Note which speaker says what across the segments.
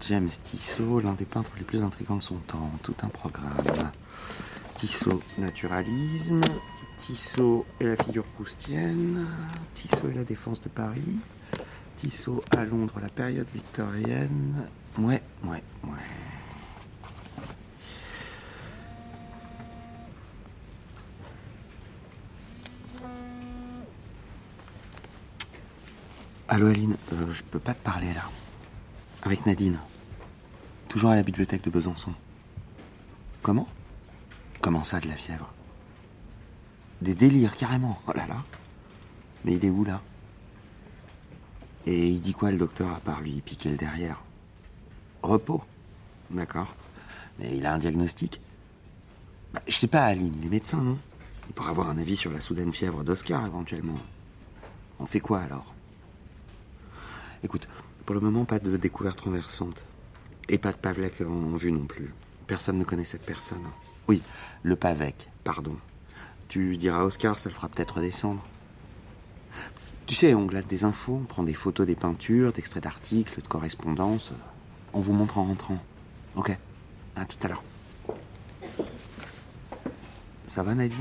Speaker 1: James Tissot, l'un des peintres les plus intrigants de son temps. Tout un programme. Tissot, naturalisme. Tissot et la figure proustienne. Tissot et la défense de Paris. Tissot à Londres, la période victorienne. Ouais, ouais, ouais. Allô Aline, euh, je peux pas te parler là. Avec Nadine. Toujours à la bibliothèque de Besançon. Comment Comment ça de la fièvre Des délires carrément. Oh là là. Mais il est où là Et il dit quoi le docteur à part lui piquer le derrière Repos. D'accord. Mais il a un diagnostic Bah, Je sais pas Aline, les médecins non Il pourrait avoir un avis sur la soudaine fièvre d'Oscar éventuellement. On fait quoi alors Écoute, pour le moment, pas de découverte renversante. Et pas de Pavlec en, en vue non plus. Personne ne connaît cette personne. Oui, le Pavec, pardon. Tu diras à Oscar, ça le fera peut-être descendre. Tu sais, on glade des infos, on prend des photos des peintures, d'extraits d'articles, de correspondances. euh, On vous montre en rentrant. Ok À tout à l'heure. Ça va, Nadine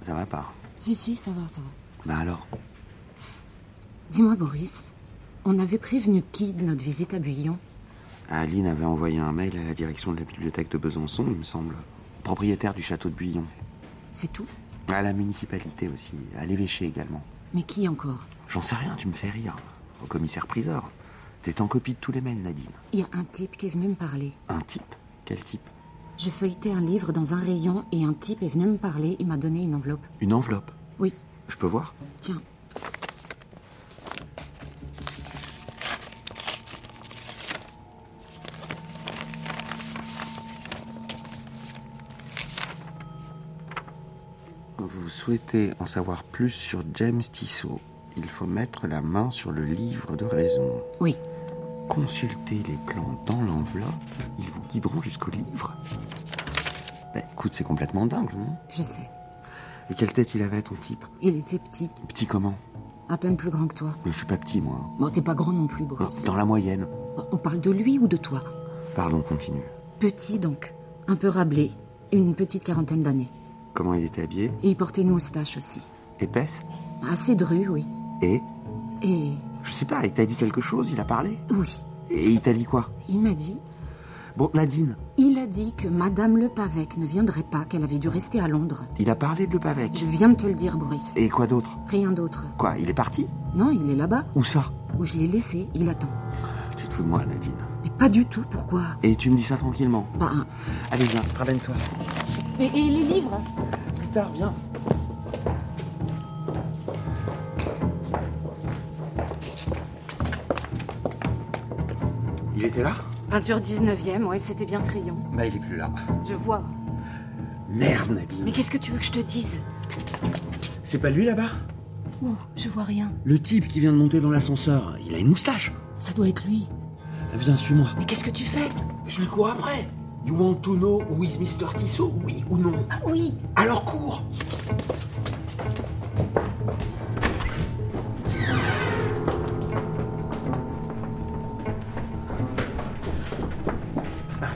Speaker 1: Ça va pas
Speaker 2: Si, si, ça va, ça va.
Speaker 1: Bah alors
Speaker 2: Dis-moi, Boris, on avait prévenu qui de notre visite à Buillon
Speaker 1: Aline avait envoyé un mail à la direction de la bibliothèque de Besançon, il me semble. Propriétaire du château de Buillon.
Speaker 2: C'est tout
Speaker 1: À la municipalité aussi, à l'évêché également.
Speaker 2: Mais qui encore
Speaker 1: J'en sais rien, tu me fais rire. Au commissaire-priseur. T'es en copie de tous les mails, Nadine.
Speaker 2: Il y a un type qui est venu me parler.
Speaker 1: Un type Quel type
Speaker 2: Je feuilletais un livre dans un rayon et un type est venu me parler et m'a donné une enveloppe.
Speaker 1: Une enveloppe
Speaker 2: Oui,
Speaker 1: Je peux voir
Speaker 2: tiens.
Speaker 1: Vous souhaitez en savoir plus sur James Tissot Il faut mettre la main sur le livre de raison.
Speaker 2: Oui,
Speaker 1: Consultez les plans dans l'enveloppe, ils vous guideront jusqu'au livre. Bah écoute, c'est complètement dingue, non
Speaker 2: je sais.
Speaker 1: Et quelle tête il avait, ton type
Speaker 2: Il était petit,
Speaker 1: Petit comment
Speaker 2: à peine plus grand que toi.
Speaker 1: Je suis pas petit, moi.
Speaker 2: Bon, t'es pas grand non plus, Boris.
Speaker 1: Dans la moyenne.
Speaker 2: On parle de lui ou de toi
Speaker 1: Pardon, continue.
Speaker 2: Petit donc, un peu rablé, une petite quarantaine d'années.
Speaker 1: Comment il était habillé
Speaker 2: Et il portait une moustache aussi.
Speaker 1: Épaisse
Speaker 2: Assez drue, oui.
Speaker 1: Et
Speaker 2: Et
Speaker 1: Je sais pas, il t'a dit quelque chose, il a parlé
Speaker 2: oui,
Speaker 1: Et il t'a dit quoi
Speaker 2: il m'a dit
Speaker 1: Bon, Nadine,
Speaker 2: Il a dit que Madame Le Pavec ne viendrait pas, qu'elle avait dû rester à Londres.
Speaker 1: il a parlé de Le Pavec.
Speaker 2: Je viens de te le dire, Boris.
Speaker 1: Et quoi d'autre
Speaker 2: Rien d'autre.
Speaker 1: Quoi, il est parti
Speaker 2: Non, il est là-bas,
Speaker 1: Où ça
Speaker 2: où je l'ai laissé, il attend.
Speaker 1: Tu te fous de moi, Nadine.
Speaker 2: Mais pas du tout, pourquoi
Speaker 1: Et tu me dis ça tranquillement.
Speaker 2: Bah.
Speaker 1: Allez, viens, ramène-toi.
Speaker 2: Mais et les livres
Speaker 1: Plus tard, viens. Il était là
Speaker 2: Peinture 19e, ouais, c'était bien ce rayon.
Speaker 1: Bah, il est plus là.
Speaker 2: Je vois.
Speaker 1: Merde,
Speaker 2: Mais
Speaker 1: Nadine.
Speaker 2: qu'est-ce que tu veux que je te dise
Speaker 1: C'est pas lui là-bas
Speaker 2: Ouh, je vois rien.
Speaker 1: Le type qui vient de monter dans l'ascenseur, il a une moustache. Euh,
Speaker 2: Ça doit être lui.
Speaker 1: Viens, suis-moi.
Speaker 2: Mais qu'est-ce que tu fais
Speaker 1: Je lui cours après. You want to know who is Mr. Tissot, oui ou non
Speaker 2: Ah oui
Speaker 1: Alors cours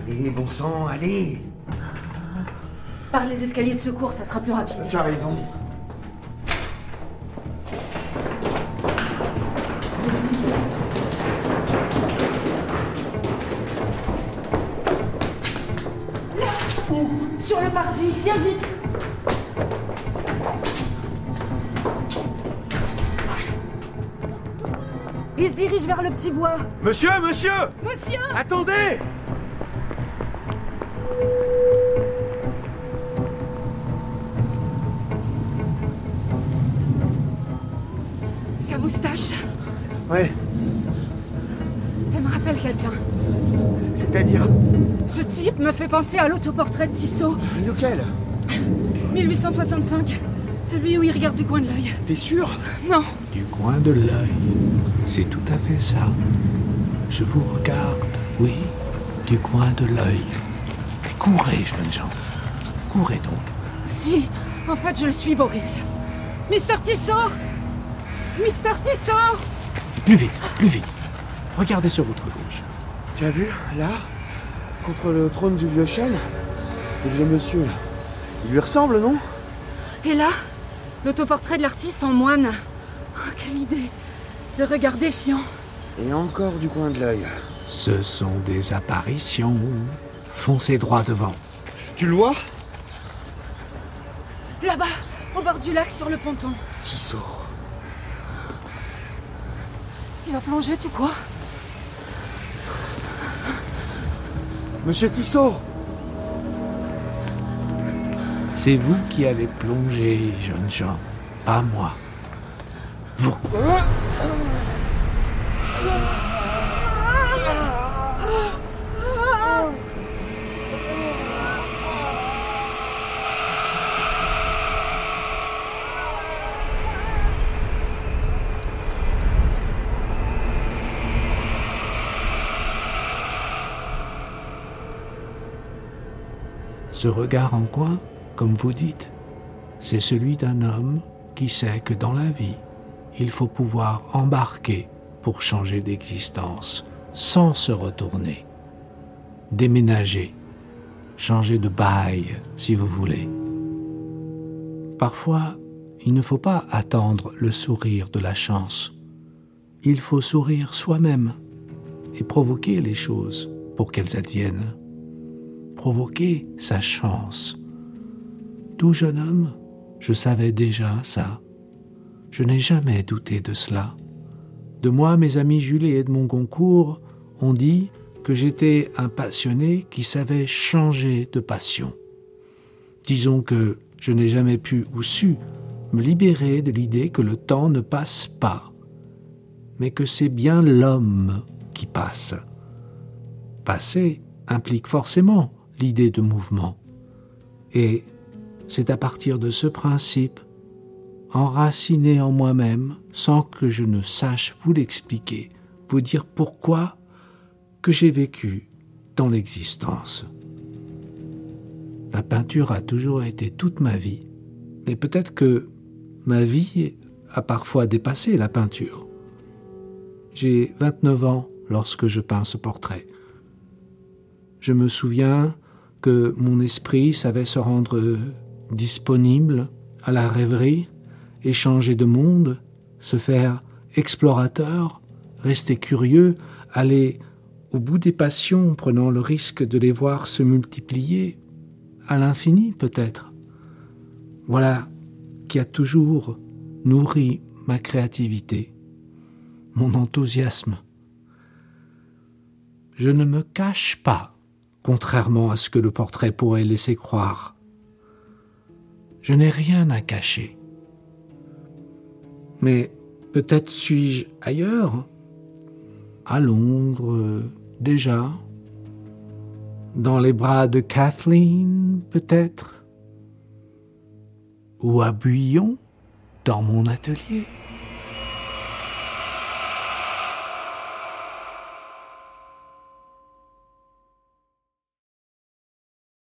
Speaker 1: Allez, bon sang, allez
Speaker 2: Par les escaliers de secours, ça sera plus rapide.
Speaker 1: Tu as raison.
Speaker 2: Sur le parvis, viens vite Il se dirige vers le petit bois.
Speaker 3: Monsieur, monsieur
Speaker 2: Monsieur
Speaker 3: Attendez
Speaker 2: Sa moustache,
Speaker 1: Ouais,
Speaker 2: elle me rappelle quelqu'un.
Speaker 1: c'est-à-dire.
Speaker 2: Ce type me fait penser à l'autoportrait de Tissot,
Speaker 1: Lequel
Speaker 2: 1865. Celui où il regarde du coin de l'œil.
Speaker 1: T'es sûr
Speaker 2: Non,
Speaker 4: Du coin de l'œil, c'est tout à fait ça. Je vous regarde, oui, du coin de l'œil. Mais courez, jeunes gens. Courez donc.
Speaker 2: si, en fait je le suis, Boris. Mister Tissot Mister Tissot
Speaker 4: Et plus vite, plus vite. Regardez sur votre gauche.
Speaker 1: Tu
Speaker 3: Tu as vu, là, contre le trône du vieux chêne, le vieux monsieur, là. Il lui ressemble, non
Speaker 5: Et là, l'autoportrait de l'artiste en moine. Oh, quelle idée Le regard défiant.
Speaker 3: Et encore du coin de l'œil.
Speaker 4: Ce sont des apparitions. Foncez droit devant.
Speaker 3: Tu le vois
Speaker 5: Là-bas, au bord du lac sur le ponton.
Speaker 3: Tissot.
Speaker 5: Il va plonger, tu crois
Speaker 3: Monsieur Tissot
Speaker 4: C'est vous qui allez plonger, jeunes gens, pas moi. Vous. Ce regard en coin, comme vous dites, c'est celui d'un homme qui sait que dans la vie, il faut pouvoir embarquer pour changer d'existence, sans se retourner. Déménager, changer de bail, si vous voulez. Parfois, il ne faut pas attendre le sourire de la chance. Il faut sourire soi-même et provoquer les choses pour qu'elles adviennent provoquer sa chance. Tout jeune homme, je savais déjà ça. Je n'ai jamais douté de cela. De moi, mes amis Jules et Edmond Goncourt ont dit que j'étais un passionné qui savait changer de passion. Disons que je n'ai jamais pu ou su me libérer de l'idée que le temps ne passe pas, mais que c'est bien l'homme qui passe. Passer implique forcément l'idée de mouvement. Et c'est à partir de ce principe, enraciné en moi-même, sans que je ne sache vous l'expliquer, vous dire pourquoi, que j'ai vécu dans l'existence. La peinture a toujours été toute ma vie, mais peut-être que ma vie a parfois dépassé la peinture. J'ai 29 ans lorsque je peins ce portrait. Je me souviens que mon esprit savait se rendre disponible à la rêverie, échanger de monde, se faire explorateur, rester curieux, aller au bout des passions, prenant le risque de les voir se multiplier, à l'infini peut-être. Voilà qui a toujours nourri ma créativité, mon enthousiasme. Je ne me cache pas contrairement à ce que le portrait pourrait laisser croire. Je n'ai rien à cacher. Mais peut-être suis-je ailleurs À Londres, euh, déjà Dans les bras de Kathleen, peut-être Ou à Buyon, dans mon atelier